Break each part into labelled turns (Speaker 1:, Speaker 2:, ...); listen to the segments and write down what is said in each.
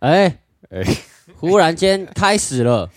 Speaker 1: 哎
Speaker 2: 哎
Speaker 1: 忽然间开始 了，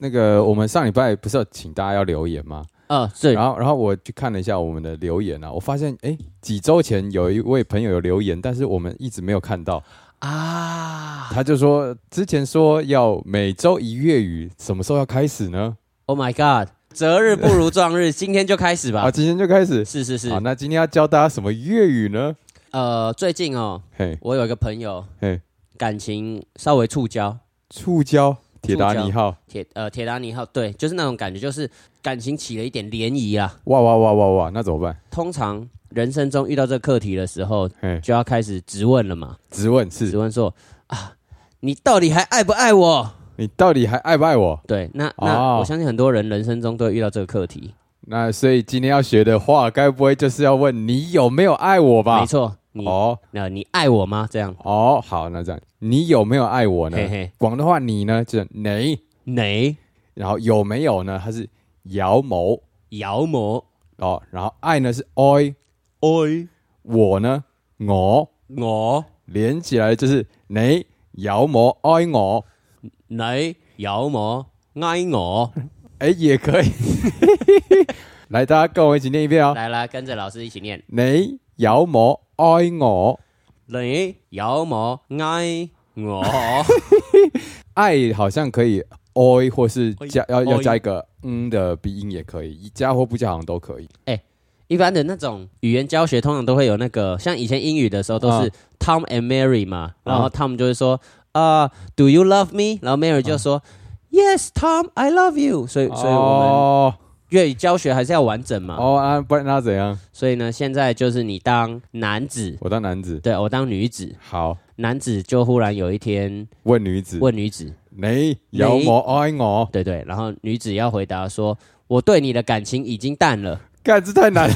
Speaker 2: 那个我们上礼拜不是有请大家要留言吗？
Speaker 1: 嗯，对，
Speaker 2: 然后然后我去看了一下我们的留言啊，我发现哎，几周前有一位朋友有留言，但是我们一直没有 看到。
Speaker 1: 啊
Speaker 2: 他就说之前说要每周一粤语，什么时候要开始呢？
Speaker 1: ，Oh my God，择日不如撞 日，今天就开始
Speaker 2: 啊，
Speaker 1: 吧。
Speaker 2: 今天就开始。
Speaker 1: 是是是
Speaker 2: 好，，那今天要教大家什么粤语呢？
Speaker 1: 呃，最近哦，
Speaker 2: 嘿，
Speaker 1: 我有一个朋友
Speaker 2: 嘿，
Speaker 1: 感情稍微触礁，
Speaker 2: 触礁铁达尼号，
Speaker 1: 铁呃铁达尼号，对，就是那种感觉，就是感情起了一点涟漪啊。
Speaker 2: 哇哇哇哇哇，那怎么办？
Speaker 1: 通常人生中遇到这个课题的时候，
Speaker 2: 嘿，
Speaker 1: 就要开始质问了嘛，
Speaker 2: 直问
Speaker 1: 质
Speaker 2: 是，
Speaker 1: 问说啊，你到底还爱不爱我？
Speaker 2: 你到底还爱不爱我？
Speaker 1: 对，那那
Speaker 2: 哦
Speaker 1: 我相信很多人人生中都会遇到这个课题，
Speaker 2: 那所以今天要学的话，该不会就是要问你有没有爱我吧
Speaker 1: 没？错，你
Speaker 2: 哦
Speaker 1: 那你爱我吗？这样，
Speaker 2: 哦，好，那这样你有没有爱我呢
Speaker 1: 嘿？嘿，
Speaker 2: 广东话你呢就是你，
Speaker 1: 你
Speaker 2: 然后有没有呢？它是姚某
Speaker 1: 摇魔
Speaker 2: 哦，然后爱呢是 i，
Speaker 1: 爱
Speaker 2: 我呢我
Speaker 1: 我，
Speaker 2: 连起来就是你有冇爱我？
Speaker 1: 你摇魔爱我，
Speaker 2: 哎，也可以。 来，大家跟我一起念一遍哦。
Speaker 1: 来来，跟着老师一起念，
Speaker 2: 你有冇爱我？
Speaker 1: 你摇魔爱我，
Speaker 2: 爱好像可以爱，或是
Speaker 1: 哎
Speaker 2: 加要要
Speaker 1: 哎
Speaker 2: 加一个嗯的鼻音也可以，加或不加好像都可以。
Speaker 1: 一般的那种语言教学，通常都会有那个，像以前英语的时候都是 Tom and Mary 嘛，
Speaker 2: 嗯
Speaker 1: 然后 Tom 就会说啊、d o you love me？然后 Mary 就说、Yes, Tom, I love you。所以，所以我们
Speaker 2: 哦
Speaker 1: 粤语教学还是要完整嘛。
Speaker 2: 哦啊，不然那怎样？
Speaker 1: 所以呢，现在就是你当男子，
Speaker 2: 我当男子
Speaker 1: 对我当女子，
Speaker 2: 好，
Speaker 1: 男子就忽然有一天
Speaker 2: 问女子，
Speaker 1: 问女子，
Speaker 2: 你有冇爱我？
Speaker 1: 对对，然后女子要回答说。我对你的感情已经淡了，
Speaker 2: 干这太难了，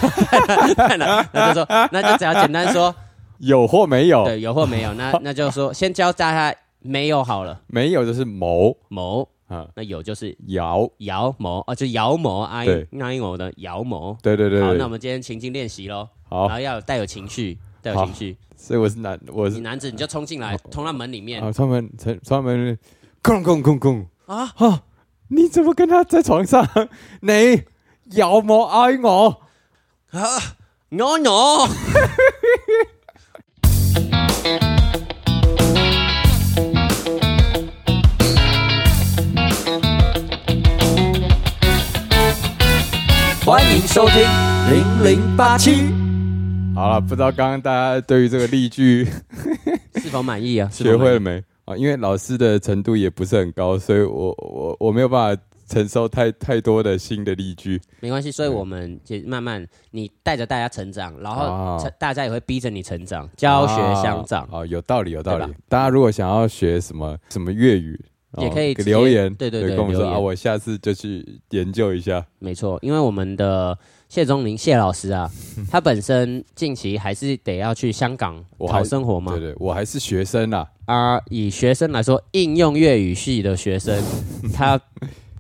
Speaker 1: 淡了，那就说，那就只要简单说，
Speaker 2: 有或没有？
Speaker 1: 对，有或没有， 那那就说，先教大家没有好了，
Speaker 2: 没有就是某
Speaker 1: 某，
Speaker 2: 啊，
Speaker 1: 那有就是
Speaker 2: 有。
Speaker 1: 姚某，哦，就姚某，爱
Speaker 2: 对
Speaker 1: 爱我的姚某。
Speaker 2: 对对对
Speaker 1: 好，那
Speaker 2: 对
Speaker 1: 我，们今天情境练习喽，
Speaker 2: 好
Speaker 1: 然，后要有带有情绪，带有
Speaker 2: 好
Speaker 1: 情绪，
Speaker 2: 所以我是男，我
Speaker 1: 你
Speaker 2: 是
Speaker 1: 男子你就冲进来，冲到门里面，
Speaker 2: 啊，他们他他们空空空空
Speaker 1: 啊
Speaker 2: 啊！你怎么跟他在床上？ 你有冇爱我？
Speaker 1: no no。欢迎收听零零八七，
Speaker 2: 好了，不知道刚刚大家对于这个例句
Speaker 1: 是否满意啊？是否
Speaker 2: 学会
Speaker 1: 满
Speaker 2: 了
Speaker 1: 意
Speaker 2: 没啊？因为老师的程度也不是很高，所以我我我没有办法承受太太多的新的例句。
Speaker 1: 没关系，所以我们其实慢慢你带着大家成长，然后
Speaker 2: 啊
Speaker 1: 成大家也会逼着你成长，教学相长。
Speaker 2: 啊，啊有道理，有道
Speaker 1: 对
Speaker 2: 理。大家如果想要学什么什么粤语，哦
Speaker 1: 也可以直接
Speaker 2: 留言，
Speaker 1: 对对对
Speaker 2: 跟我们说
Speaker 1: 留言
Speaker 2: 啊，我下次就去研究一下。
Speaker 1: 没错，因为我们的谢宗林谢老师 啊，他本身近期还是得要去香港
Speaker 2: 我还
Speaker 1: 讨生活嘛
Speaker 2: 对。对，我还是学生啦，
Speaker 1: 啊、以学生来说，应用粤语系的学 生，他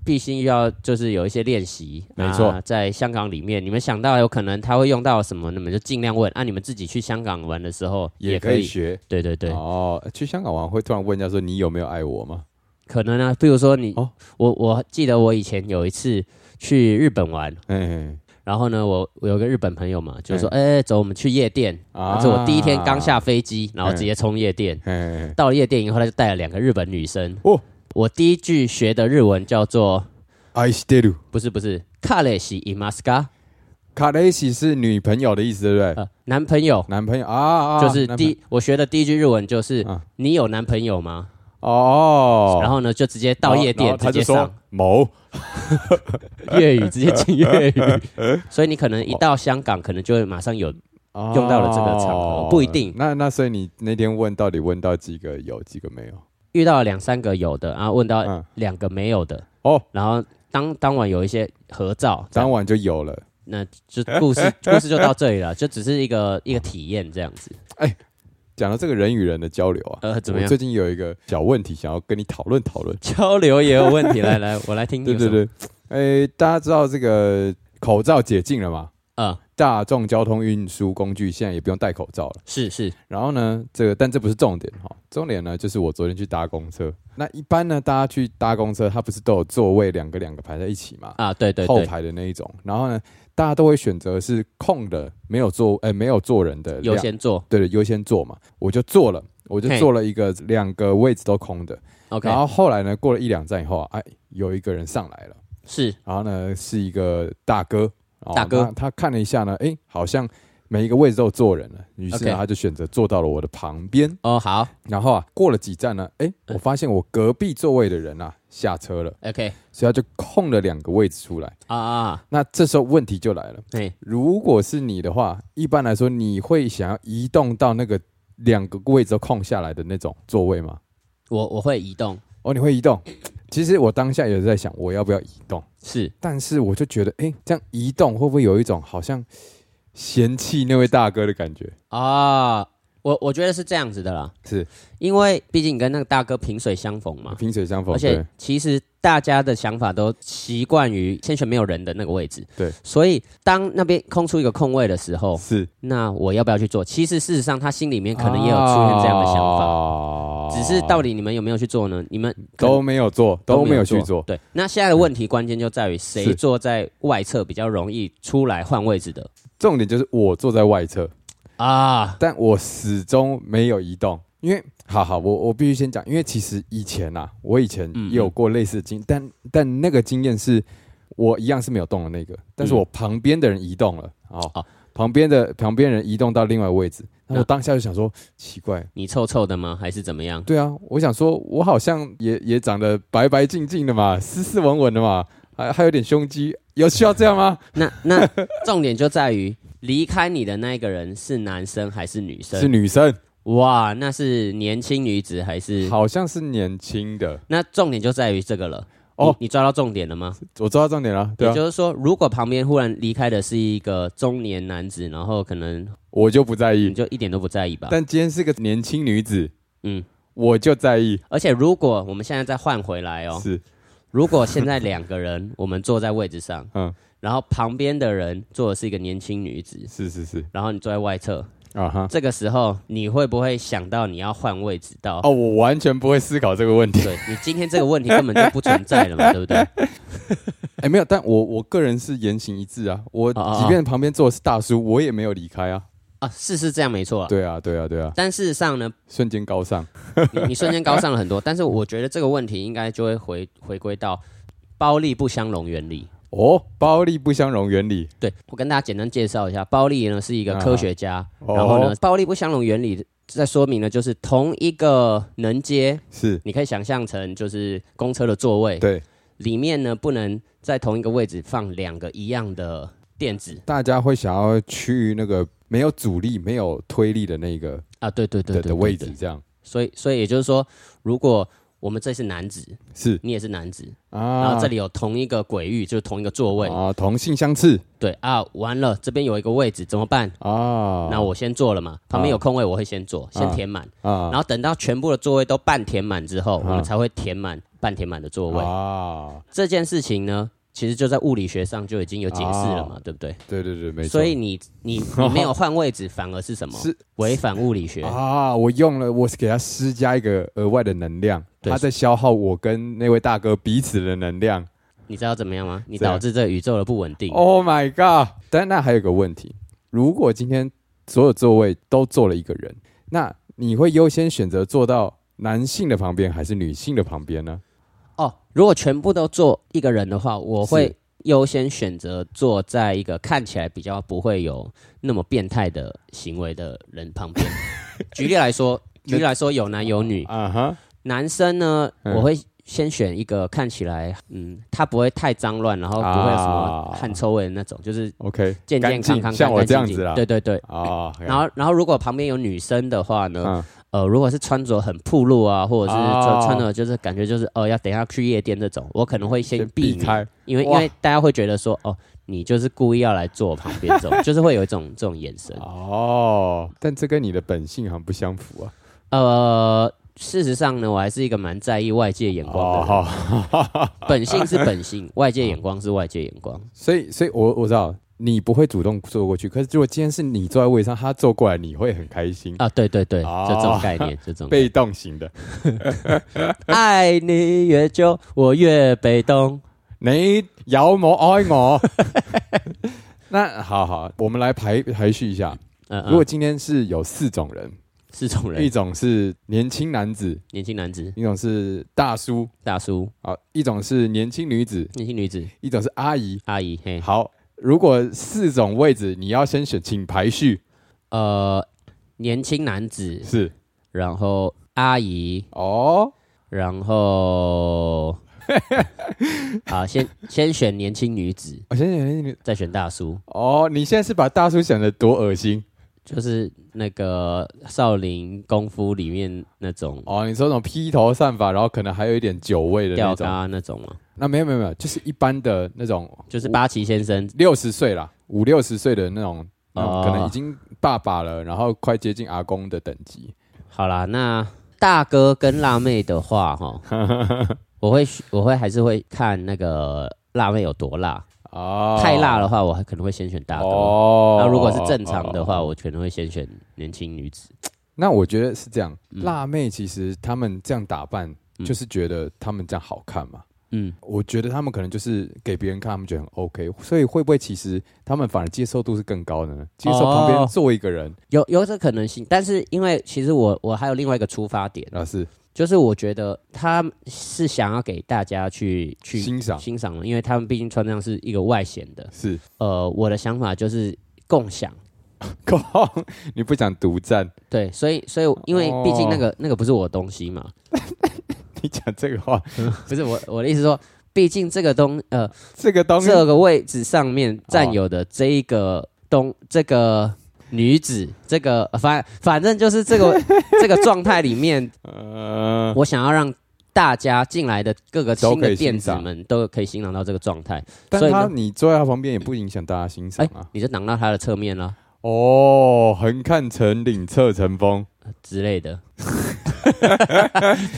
Speaker 1: 必须要就是有一些练习。
Speaker 2: 没错
Speaker 1: 啊在香港里面，你们想到有可能他会用到什么，你们就尽量问。啊，你们自己去香港玩的时候
Speaker 2: 也
Speaker 1: 可
Speaker 2: 可以学。
Speaker 1: 对对对。
Speaker 2: 哦，去香港玩会突然问人家说你有没有爱我吗？
Speaker 1: 可能啊，比如说你，
Speaker 2: 哦
Speaker 1: 我我记得我以前有一次去日本玩，
Speaker 2: 嗯，
Speaker 1: 然后呢，我我有个日本朋友嘛，就说，哎、走，我们去夜店。
Speaker 2: 啊哎
Speaker 1: 啊，这我第一天刚下飞机，然后直接冲夜店。
Speaker 2: 嗯，
Speaker 1: 到了夜店以后，他就带了两个日本女生。
Speaker 2: 哦
Speaker 1: 哦，我第一句学的日文叫做，
Speaker 2: 爱してる。
Speaker 1: 不是不是，卡雷西伊马斯卡，
Speaker 2: 卡雷西是女朋友的意思，对不对？
Speaker 1: 呃，男朋友。
Speaker 2: 男朋友啊，啊
Speaker 1: 就是
Speaker 2: 男朋
Speaker 1: 第我学的第一句日文就是
Speaker 2: 啊
Speaker 1: 你有男朋友吗？
Speaker 2: 哦，
Speaker 1: 然后呢，就直接到夜
Speaker 2: 然
Speaker 1: 店
Speaker 2: 后
Speaker 1: 直
Speaker 2: 他
Speaker 1: 接
Speaker 2: 就
Speaker 1: 上
Speaker 2: 说某
Speaker 1: 粤语，直接进粤 语，所以你可能一到香港，可能就会马上有
Speaker 2: 哦
Speaker 1: 用到了这个场合不一定
Speaker 2: 那那所以你那天问到底问到几个有几个没有？
Speaker 1: 遇到了两三个有的，然后问到
Speaker 2: 嗯，
Speaker 1: 两个没有的，
Speaker 2: 哦，
Speaker 1: 然后当当晚有一些合照，
Speaker 2: 当晚就有了。
Speaker 1: 那就故 事故事就到这里了，就只是一个一个体验这样子。
Speaker 2: 讲到这个人与人的交流啊，
Speaker 1: 呃，怎么
Speaker 2: 我
Speaker 1: 样
Speaker 2: 最？近有一个小问题想要跟你讨论讨论。
Speaker 1: 交流也有问题，来 来，我来听。
Speaker 2: 对对，对，哎，大家知道这个口罩解禁了吗？
Speaker 1: 啊，
Speaker 2: 大众交通运输工具现在也不用戴口罩了。
Speaker 1: 是是，
Speaker 2: 然后呢，这个但这不是重点哈、重点呢就是我昨天去搭公车。那一般呢，大家去搭公车，它不是都有座位两个两个排在一起嘛？
Speaker 1: 啊，对对
Speaker 2: 后
Speaker 1: 对，
Speaker 2: 排的那一种。然后呢，大家都会选择是空的，没有坐，哎、没有坐人的
Speaker 1: 优
Speaker 2: 两
Speaker 1: 先座
Speaker 2: 对对，优先坐嘛，我就坐了，我就
Speaker 1: 嘿
Speaker 2: 坐了一个两个位置都空的。
Speaker 1: ，OK，
Speaker 2: 然后后来呢，过了一两站以后啊，哎，有一个人上来了，
Speaker 1: 是
Speaker 2: 然后呢是一个大哥，哦
Speaker 1: 大哥
Speaker 2: 那他看了一下呢，哎，好像每一个位置都有坐人了，于是呢
Speaker 1: OK
Speaker 2: 他就选择坐到了我的旁边。
Speaker 1: 哦，好
Speaker 2: 然后啊，过了几站呢，哎，
Speaker 1: 嗯
Speaker 2: 我发现我隔壁座位的人啊下车了，
Speaker 1: ，OK，
Speaker 2: 所以他就空了两个位置出来。
Speaker 1: 啊啊，
Speaker 2: 那这时候问题就来了。
Speaker 1: 哎，
Speaker 2: 如果是你的话，一般来说你会想要移动到那个两个位置都空下来的那种座位吗？
Speaker 1: 我我会移动，
Speaker 2: 哦，你会移动。其实我当下也在想，我要不要移动？
Speaker 1: 是
Speaker 2: 但是我就觉得，哎、这样移动会不会有一种好像嫌弃那位大哥的感觉？
Speaker 1: 啊，我我觉得是这样子的啦，
Speaker 2: 是
Speaker 1: 因为毕竟你跟那个大哥萍水相逢嘛，
Speaker 2: 萍水相逢，
Speaker 1: 而
Speaker 2: 哦对
Speaker 1: 且，其实大家的想法都习惯于先选没有人的那个位置，
Speaker 2: 对，
Speaker 1: 所以当那边空出一个空位的时候，
Speaker 2: 是
Speaker 1: 那我要不要去做？其实事实上，他心里面哦可能也有出现这样的想法，
Speaker 2: 哦法
Speaker 1: 只是到底你们有没有去做呢？你们可能
Speaker 2: 啊都没有做，都没有去做。
Speaker 1: 对，那现在的问题关键就在于谁
Speaker 2: 是
Speaker 1: 坐在外侧比较容易出来换位置的
Speaker 2: 重点就是我坐在外侧，
Speaker 1: 啊？
Speaker 2: 但我始终没有移动，因为好好，我我必须先讲，因为其实以前啊，我以前
Speaker 1: 嗯
Speaker 2: 也有过类似的经，但但那个经验是我一样是没有动的那个，但是
Speaker 1: 嗯
Speaker 2: 我旁边的人移动了，哦，
Speaker 1: 哦
Speaker 2: 旁边的旁边人移动到另外位置，那我
Speaker 1: 那
Speaker 2: 当下就想说，奇怪，
Speaker 1: 你臭臭的吗？还是怎么样？
Speaker 2: 对啊，我想说我好像也也长得白白净净的嘛，斯斯文文的嘛，还还有点胸肌，有需要这样 吗？
Speaker 1: 那那重点就在于离开你的那一个人是男生还是女
Speaker 2: 是
Speaker 1: 生？
Speaker 2: 女生，
Speaker 1: 哇，那是年轻女子还是？
Speaker 2: 好像是年轻的，
Speaker 1: 那重点就在于这个了。
Speaker 2: 哦
Speaker 1: 哦，你抓到重点了吗？
Speaker 2: 我抓到重点了，对
Speaker 1: 也
Speaker 2: 啊，
Speaker 1: 就是说，如果旁边忽然离开的是一个中年男子，然后可能
Speaker 2: 我就不在意
Speaker 1: 你。就一点都不在意吧。
Speaker 2: 但今天是个年轻女子，
Speaker 1: 啊嗯，
Speaker 2: 我就在意，
Speaker 1: 而且如果我们现在再换回来哦，
Speaker 2: 是
Speaker 1: 如果现在两个人我们坐在位置上，
Speaker 2: 嗯
Speaker 1: 嗯，然后旁边的人坐的是一个年轻女子，
Speaker 2: 是是是
Speaker 1: 然后你坐在外侧，
Speaker 2: 啊哈。
Speaker 1: 这个时候你会不会想到你要换位置到？
Speaker 2: 哦，我完全不会思考这个问题。
Speaker 1: 对你今天这个问题根本就不存在了嘛，对不对？
Speaker 2: 哎，没有，但我我个人是言行一致啊。我
Speaker 1: 哦哦
Speaker 2: 即便旁边坐的是大叔，我也没有离开啊。
Speaker 1: 啊，是是这样没错啊。
Speaker 2: 对啊，对啊，对啊，
Speaker 1: 但事实上呢，
Speaker 2: 瞬间高尚。
Speaker 1: 你你瞬间高尚了很多，但是我觉得这个问题应该就会回回归到包利不相容原理。
Speaker 2: 哦，包利不相容原理。
Speaker 1: 对我跟大家简单介绍一下，包利呢是一个
Speaker 2: 啊
Speaker 1: 科学家，
Speaker 2: 哦
Speaker 1: 然后呢，包利不相容原理在说明呢，就是同一个能阶，
Speaker 2: 是
Speaker 1: 你可以想象成就是公车的座位，
Speaker 2: 对，
Speaker 1: 里面呢不能在同一个位置放两个一样的垫子
Speaker 2: 大家会想要去那个没有阻力、没有推力的那个
Speaker 1: 啊，对对对对
Speaker 2: 的的
Speaker 1: 对
Speaker 2: 位
Speaker 1: 对
Speaker 2: 置，这样
Speaker 1: 所以所以也就是说，如果我们这是男子，
Speaker 2: 是
Speaker 1: 你也是男子，然
Speaker 2: 啊
Speaker 1: 后这里有同一个轨域，就是同一个座位，
Speaker 2: 啊，同性相斥
Speaker 1: 对啊，完了这边有一个位置怎么办？
Speaker 2: 啊。
Speaker 1: 那我先坐了嘛，旁边有空位我会先坐，先填满。
Speaker 2: 啊
Speaker 1: 然后等到全部的座位都半填满之后，
Speaker 2: 啊
Speaker 1: 我们才会填满半填满的座位。
Speaker 2: 啊，
Speaker 1: 这件事情呢，其实就在物理学上就已经有解释了嘛，对不对？
Speaker 2: 对对哦对，没错。
Speaker 1: 所以你 你你没有换位置，反而是什么？
Speaker 2: 是
Speaker 1: 违反物理学。
Speaker 2: 啊，我用了，我是给他施加一个额外的能量，
Speaker 1: 对
Speaker 2: 他在消耗我跟那位大哥彼此的能量。
Speaker 1: 你知道怎么样吗？你
Speaker 2: 这样
Speaker 1: 导致这宇宙的不稳定。
Speaker 2: Oh my god！但那还有个问题，如果今天所有座位都坐了一个人，那你会优先选择坐到男性的旁边还是女性的旁边呢？
Speaker 1: 哦，如果全部都坐一个人的话，我
Speaker 2: 是
Speaker 1: 会优先选择坐在一个看起来比较不会有那么变态的行为的人旁 边。举例来说，举例来说，有男有女，
Speaker 2: 啊哈，
Speaker 1: 男生呢，
Speaker 2: 嗯
Speaker 1: 我会先选一个看起来，嗯，他不会太脏乱，然后不会有什么
Speaker 2: 啊
Speaker 1: 汗臭味的那种，就是
Speaker 2: OK，
Speaker 1: 健
Speaker 2: 干
Speaker 1: 健康
Speaker 2: 净
Speaker 1: 康，
Speaker 2: 像我
Speaker 1: 干干
Speaker 2: 这样
Speaker 1: 净
Speaker 2: 子
Speaker 1: 净
Speaker 2: 啦。
Speaker 1: 对对对。
Speaker 2: 啊，
Speaker 1: 然后，然后如果旁边有女生的话呢，
Speaker 2: 嗯
Speaker 1: 呃，如果是穿着很暴露啊，或者是
Speaker 2: 哦
Speaker 1: 穿穿的就是感觉就是哦，要等一下去夜店这种，我可能会先
Speaker 2: 先
Speaker 1: 避
Speaker 2: 避
Speaker 1: 免，
Speaker 2: 开，
Speaker 1: 因为因
Speaker 2: 哇
Speaker 1: 为大家会觉得说哦，你就是故意要来坐我旁边这 种，就是会有一种这种眼神。
Speaker 2: 哦，但这跟你的本性好像不相符啊。
Speaker 1: 呃，事实上呢，我还是一个蛮在意外界眼光的人，
Speaker 2: 哦，
Speaker 1: 本性是本性，外界眼光是外界眼光。
Speaker 2: 所以，所以我我知道你不会主动坐过去，可是如果今天是你坐在位上，他坐过来，你会很开心。
Speaker 1: 啊，对对对，
Speaker 2: 哦
Speaker 1: 就这种概念，就这种概
Speaker 2: 被
Speaker 1: 念。
Speaker 2: 动型的，
Speaker 1: 爱你越久，我越被动。
Speaker 2: 你有冇爱我？那 好好，我们来排排序一下。
Speaker 1: 嗯嗯，
Speaker 2: 如果今天是有四种人，
Speaker 1: 是这种
Speaker 2: 一
Speaker 1: 人，
Speaker 2: 种是年轻男子，
Speaker 1: 年轻男子、
Speaker 2: 一种是大叔
Speaker 1: 大叔、
Speaker 2: 啊，一种是年轻女子，
Speaker 1: 年轻女子、
Speaker 2: 一种是阿姨。
Speaker 1: 阿姨，嘿，
Speaker 2: 好，如果四种位置你要先选，请排序
Speaker 1: 呃，年轻男子，
Speaker 2: 是
Speaker 1: 然后阿姨，
Speaker 2: 哦，
Speaker 1: 然后，好，先 先选年轻女子，
Speaker 2: 哦我先选你
Speaker 1: 再选大叔，
Speaker 2: 哦，你现在是把大叔想的多恶心
Speaker 1: 就是那个少林功夫里面那种
Speaker 2: 哦，你说那种披头散发，然后可能还有一点酒味的那
Speaker 1: 吊
Speaker 2: 种，
Speaker 1: 嘎那种嘛，
Speaker 2: 那没有没有没有，就是一般的那种，
Speaker 1: 就是八旗先生
Speaker 2: 六十岁啦，五六十岁的那种，那种
Speaker 1: 哦
Speaker 2: 可能已经爸爸了，然后快接近阿公的等级。
Speaker 1: 好啦，那大哥跟辣妹的话， 哈，我会我会还是会看那个辣妹有多辣。
Speaker 2: 哦，
Speaker 1: 太辣的话，我还可能会先选大哥。
Speaker 2: 哦
Speaker 1: 那如果是正常的话，
Speaker 2: 哦
Speaker 1: 我可能会先选年轻女子。
Speaker 2: 那我觉得是这样。
Speaker 1: 嗯
Speaker 2: 辣妹其实她们这样打扮，
Speaker 1: 嗯
Speaker 2: 就是觉得她们这样好看嘛。
Speaker 1: 嗯，
Speaker 2: 我觉得她们可能就是给别人看，她们觉得很 OK，所以会不会其实她们反而接受度是更高的呢？接受旁边
Speaker 1: 哦
Speaker 2: 坐一个人，
Speaker 1: 有有这可能性，但是因为其实我我还有另外一个出发点，啊
Speaker 2: 那是
Speaker 1: 就是我觉得他是想要给大家去去
Speaker 2: 欣赏
Speaker 1: 欣赏的，因为他们毕竟穿这样是一个外显的。
Speaker 2: 是。
Speaker 1: 呃，我的想法就是共享。
Speaker 2: 靠，你不想独占？
Speaker 1: 对，所以所以因为毕竟那
Speaker 2: 哦
Speaker 1: 个、那个不是我的东西嘛，
Speaker 2: 你讲这个话，
Speaker 1: 不是我我的意思说，毕竟这个东呃
Speaker 2: 这个东西
Speaker 1: 这个位置上面占有的这一个东这个女子这个呃反反正就是这 个这个状态里面，
Speaker 2: 呃，
Speaker 1: 我想要让大家进来的各个新
Speaker 2: 都可以
Speaker 1: 的
Speaker 2: 欣
Speaker 1: 店子
Speaker 2: 赏
Speaker 1: 们都可以欣赏到这个状态，所
Speaker 2: 但
Speaker 1: 以呢
Speaker 2: 他你坐在他旁边也不影响大家欣赏
Speaker 1: 哎
Speaker 2: 啊。，
Speaker 1: 你就挡到他的侧面啊了
Speaker 2: 哦，横看成岭侧成峰，
Speaker 1: 之类 的。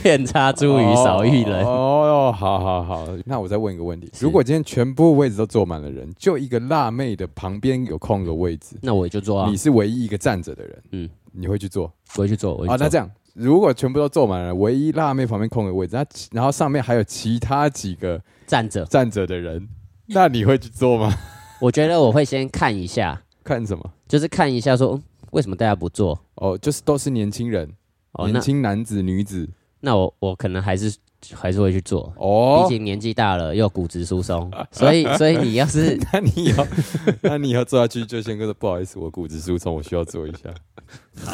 Speaker 1: 遍插茱萸少一人，
Speaker 2: 哦，好好好，那我再问一个问题：
Speaker 1: 是
Speaker 2: 如果今天全部位置都坐满了人，就一个辣妹的旁边有空个位置，
Speaker 1: 那我就做啊
Speaker 2: 你，是唯一一个站着的人，嗯
Speaker 1: 嗯，
Speaker 2: 你会去坐？
Speaker 1: 我会去做，我会
Speaker 2: 啊，那
Speaker 1: 去做。
Speaker 2: 这样，如果全部都坐满了，唯一辣妹旁边空个位置，那其然后上面还有其他几个
Speaker 1: 站着，
Speaker 2: 站着的人，那你会去坐吗？
Speaker 1: 我觉得我会先看一下，
Speaker 2: 看什么？
Speaker 1: 就是看一下说、嗯、为什么大家不做。
Speaker 2: 哦，就是都是年轻人，
Speaker 1: 哦，
Speaker 2: 年
Speaker 1: 那
Speaker 2: 轻男子、女子。
Speaker 1: 那我我可能还是还是会去做，毕
Speaker 2: 哦，
Speaker 1: 竟年纪大了又骨质疏松， 所以所以你要 是
Speaker 2: 那你要，那你要坐下去就先跟着不好意思，我骨质疏松，我需要坐一下。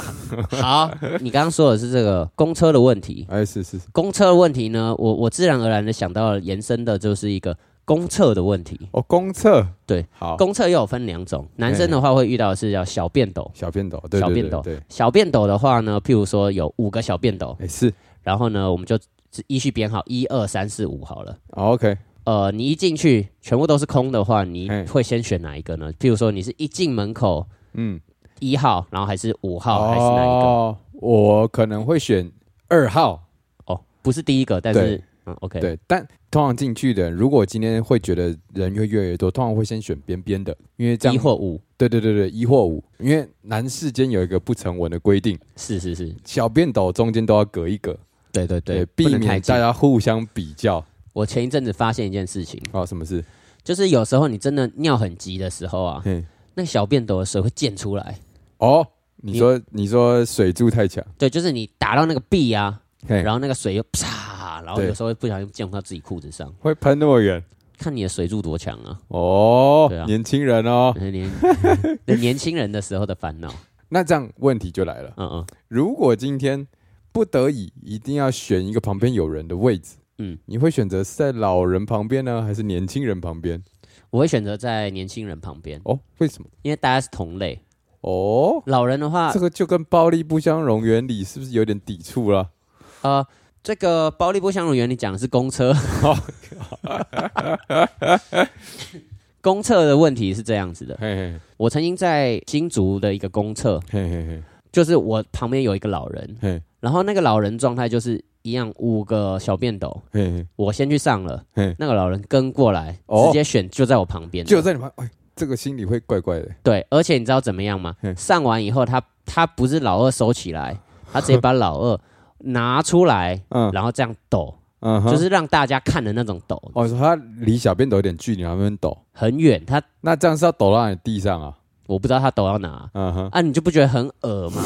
Speaker 1: 好，你刚刚说的是这个公车的问题，
Speaker 2: 哎，是是是，
Speaker 1: 公车的问题呢，我我自然而然的想到了延伸的就是一个公厕的问题。
Speaker 2: 哦，公厕，
Speaker 1: 对，
Speaker 2: 好，
Speaker 1: 公厕又有分两种，男生的话会遇到的是叫小便斗，
Speaker 2: 小便斗，对
Speaker 1: 小
Speaker 2: 对
Speaker 1: 便
Speaker 2: 对
Speaker 1: 斗
Speaker 2: 对，
Speaker 1: 小便斗的话呢，譬如说有五个小便斗，
Speaker 2: 哎是
Speaker 1: 然后呢我们就依序编号一二三四五好了。
Speaker 2: 哦，OK，
Speaker 1: 呃，你一进去全部都是空的话，你
Speaker 2: 嘿
Speaker 1: 会先选哪一个呢？譬如说，你是一进门口
Speaker 2: 嗯，
Speaker 1: 一号，然后还是五号，还是哪一个？
Speaker 2: 哦我可能会选二号，
Speaker 1: 哦，不是第一个，但是
Speaker 2: 对
Speaker 1: 嗯，OK，
Speaker 2: 对，但通常进去的人，如果今天会觉得人会越来越多，通常会先选边边的，因为这
Speaker 1: 一
Speaker 2: 样，
Speaker 1: 或五，
Speaker 2: 对对对对，一或五，因为男世间有一个不成文的规定，
Speaker 1: 是是是，
Speaker 2: 小便斗中间都要隔一个，
Speaker 1: 对对对，
Speaker 2: 避
Speaker 1: 不能
Speaker 2: 免
Speaker 1: 太近
Speaker 2: 大。家互相比较。
Speaker 1: 我前一阵子发现一件事情，
Speaker 2: 哦，什么事？
Speaker 1: 就是有时候你真的尿很急的时候啊，
Speaker 2: 嗯，
Speaker 1: 那小便斗的水会溅出来。
Speaker 2: 哦，你说你说水柱太强，
Speaker 1: 对，就是你打到那个壁啊，
Speaker 2: 嘿，
Speaker 1: 然后那个水又啪，然后
Speaker 2: 对
Speaker 1: 有时候会不小心溅到自己裤子上，
Speaker 2: 会喷那么远。
Speaker 1: 看你的水柱多强啊！
Speaker 2: 哦
Speaker 1: 对，啊
Speaker 2: 年轻人哦，
Speaker 1: 年年轻人的时候的烦恼，
Speaker 2: 那这样问题就来了。
Speaker 1: 嗯嗯。
Speaker 2: 如果今天不得已一定要选一个旁边有人的位置，嗯
Speaker 1: 嗯，
Speaker 2: 你会选择是在老人旁边呢，还是年轻人旁边？
Speaker 1: 我会选择在年轻人旁边，
Speaker 2: 哦，为什么？
Speaker 1: 因为大家是同类。
Speaker 2: 哦，
Speaker 1: 老人的话
Speaker 2: 这，个就跟暴力不相容原理是不是有点抵触啦？
Speaker 1: 呃，这个暴力不相容原理讲的是公车， 公厕的问题是这样子的。
Speaker 2: 嘿嘿
Speaker 1: 我曾经在新竹的一个公厕，
Speaker 2: 嘿嘿嘿，
Speaker 1: 就是我旁边有一个老人，
Speaker 2: 嘿
Speaker 1: 然后那个老人状态就是一样，五个小便斗，
Speaker 2: 嘿嘿，
Speaker 1: 我先去上了
Speaker 2: 嘿，
Speaker 1: 那个老人跟过来，
Speaker 2: 哦
Speaker 1: 直接选就在我旁边的，
Speaker 2: 就在你旁，哎，这个心里会怪怪的。
Speaker 1: 对，而且你知道怎么样吗？
Speaker 2: 嗯
Speaker 1: 上完以后，他他不是老二收起来，他直接把老二拿出来，
Speaker 2: 嗯
Speaker 1: 然后这样抖，
Speaker 2: 嗯哼，
Speaker 1: 就是让大家看的那种抖，
Speaker 2: 哦，说他离小便斗有点距离，然后在那边抖，
Speaker 1: 很远。他
Speaker 2: 那这样是要抖到你地上啊？
Speaker 1: 我不知道他抖到哪
Speaker 2: 嗯哼，
Speaker 1: 啊，你就不觉得很恶吗？